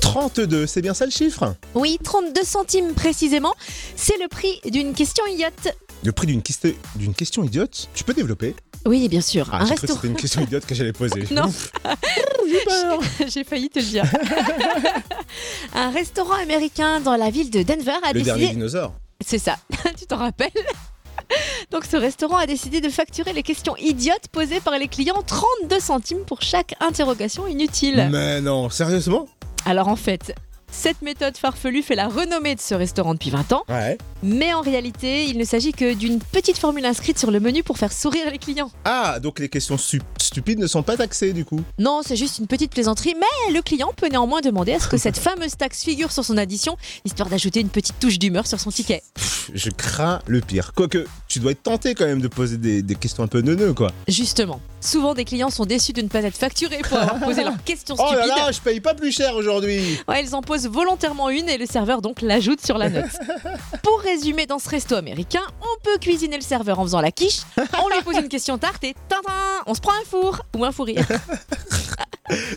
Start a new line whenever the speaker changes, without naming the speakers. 32, c'est bien ça le chiffre
Oui, 32 centimes précisément. C'est le prix d'une question idiote.
Le prix d'une quiste- d'une question idiote, tu peux développer
Oui, bien sûr.
Ah,
un
j'ai cru que
restaurant.
c'était une question idiote que j'allais poser.
Non.
Ouf, j'ai peur.
J'ai failli te le dire. un restaurant américain dans la ville de Denver a
Le dernier
décidé.
dinosaure.
C'est ça, tu t'en rappelles Donc ce restaurant a décidé de facturer les questions idiotes posées par les clients 32 centimes pour chaque interrogation inutile.
Mais non, sérieusement
Alors en fait, cette méthode farfelue fait la renommée de ce restaurant depuis 20 ans,
Ouais.
mais en réalité, il ne s'agit que d'une petite formule inscrite sur le menu pour faire sourire les clients.
Ah, donc les questions stu- stupides ne sont pas taxées du coup.
Non, c'est juste une petite plaisanterie, mais le client peut néanmoins demander à ce que cette fameuse taxe figure sur son addition, histoire d'ajouter une petite touche d'humeur sur son ticket.
Pff, je crains le pire. Quoique, tu dois être tenté quand même de poser des, des questions un peu neuneux quoi.
Justement, souvent des clients sont déçus de ne pas être facturés pour avoir posé leurs questions
Oh
stupides.
là là, je paye pas plus cher aujourd'hui.
Ouais, ils en posent volontairement une et le serveur donc l'ajoute sur la note. Pour résumer, dans ce resto américain, on peut cuisiner le serveur en faisant la quiche, on lui pose une question tarte et tintin, on se prend un four ou un fou rire.